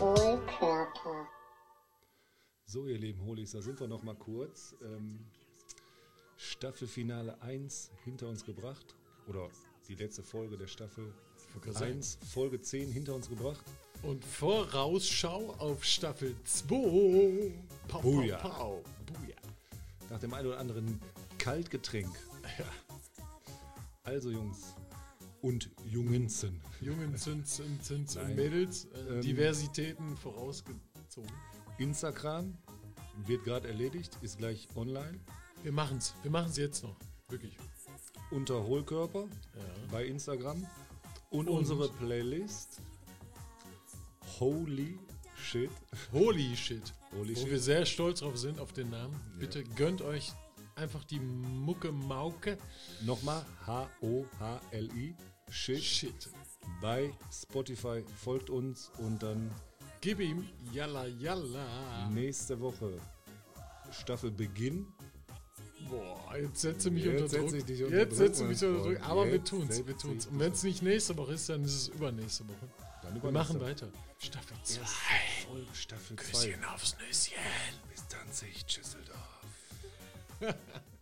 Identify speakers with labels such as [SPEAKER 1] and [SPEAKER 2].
[SPEAKER 1] Hohlkörper.
[SPEAKER 2] So, ihr lieben Holis, da sind wir noch mal kurz. Ähm, Staffelfinale 1 hinter uns gebracht. Oder die letzte Folge der Staffel
[SPEAKER 3] wollte gerade sagen.
[SPEAKER 2] 1, Folge 10 hinter uns gebracht.
[SPEAKER 3] Und Vorausschau auf Staffel 2. Pau,
[SPEAKER 2] Buja.
[SPEAKER 3] pau, pau. Buja.
[SPEAKER 2] Nach dem einen oder anderen Kaltgetränk. Also, Jungs und Jungensen.
[SPEAKER 3] Jungen, Zins, Zins, Zins und
[SPEAKER 2] Nein.
[SPEAKER 3] Mädels. Äh,
[SPEAKER 2] Ähm.
[SPEAKER 3] Diversitäten vorausgezogen.
[SPEAKER 2] Instagram wird gerade erledigt, ist gleich online.
[SPEAKER 3] Wir machen's. Wir machen's jetzt noch. Wirklich.
[SPEAKER 2] Unter Hohlkörper bei Instagram. Und, unsere Playlist. Holy shit.
[SPEAKER 3] Holy shit.
[SPEAKER 2] Holy
[SPEAKER 3] Wo
[SPEAKER 2] shit.
[SPEAKER 3] wir sehr stolz drauf sind, auf den Namen. Bitte gönnt euch einfach die Mucke Mauke.
[SPEAKER 2] Nochmal H-O-H-L-I. Shit.
[SPEAKER 3] Shit.
[SPEAKER 2] Bei Spotify. Folgt uns und dann
[SPEAKER 3] Gib ihm Yalla Yalla.
[SPEAKER 2] nächste Woche Staffelbeginn.
[SPEAKER 3] Boah, jetzt setze mich
[SPEAKER 2] Jetzt
[SPEAKER 3] unter Druck.
[SPEAKER 2] setze ich dich unter
[SPEAKER 3] jetzt
[SPEAKER 2] Druck,
[SPEAKER 3] setze mich
[SPEAKER 2] mein
[SPEAKER 3] unter Druck.
[SPEAKER 2] Freund.
[SPEAKER 3] Aber wir
[SPEAKER 2] Jetzt
[SPEAKER 3] tun's,
[SPEAKER 2] setze
[SPEAKER 3] wir tun's.
[SPEAKER 2] ich
[SPEAKER 3] Und wenn es nicht nächste Woche ist, dann ist es übernächste Woche.
[SPEAKER 2] Dann
[SPEAKER 3] Wir
[SPEAKER 2] übernächste
[SPEAKER 3] machen weiter. Staffel 2.
[SPEAKER 2] Folge Staffel 2.
[SPEAKER 3] Küsschen aufs Nüsschen.
[SPEAKER 2] Bis dann, sich Tschüsseldorf.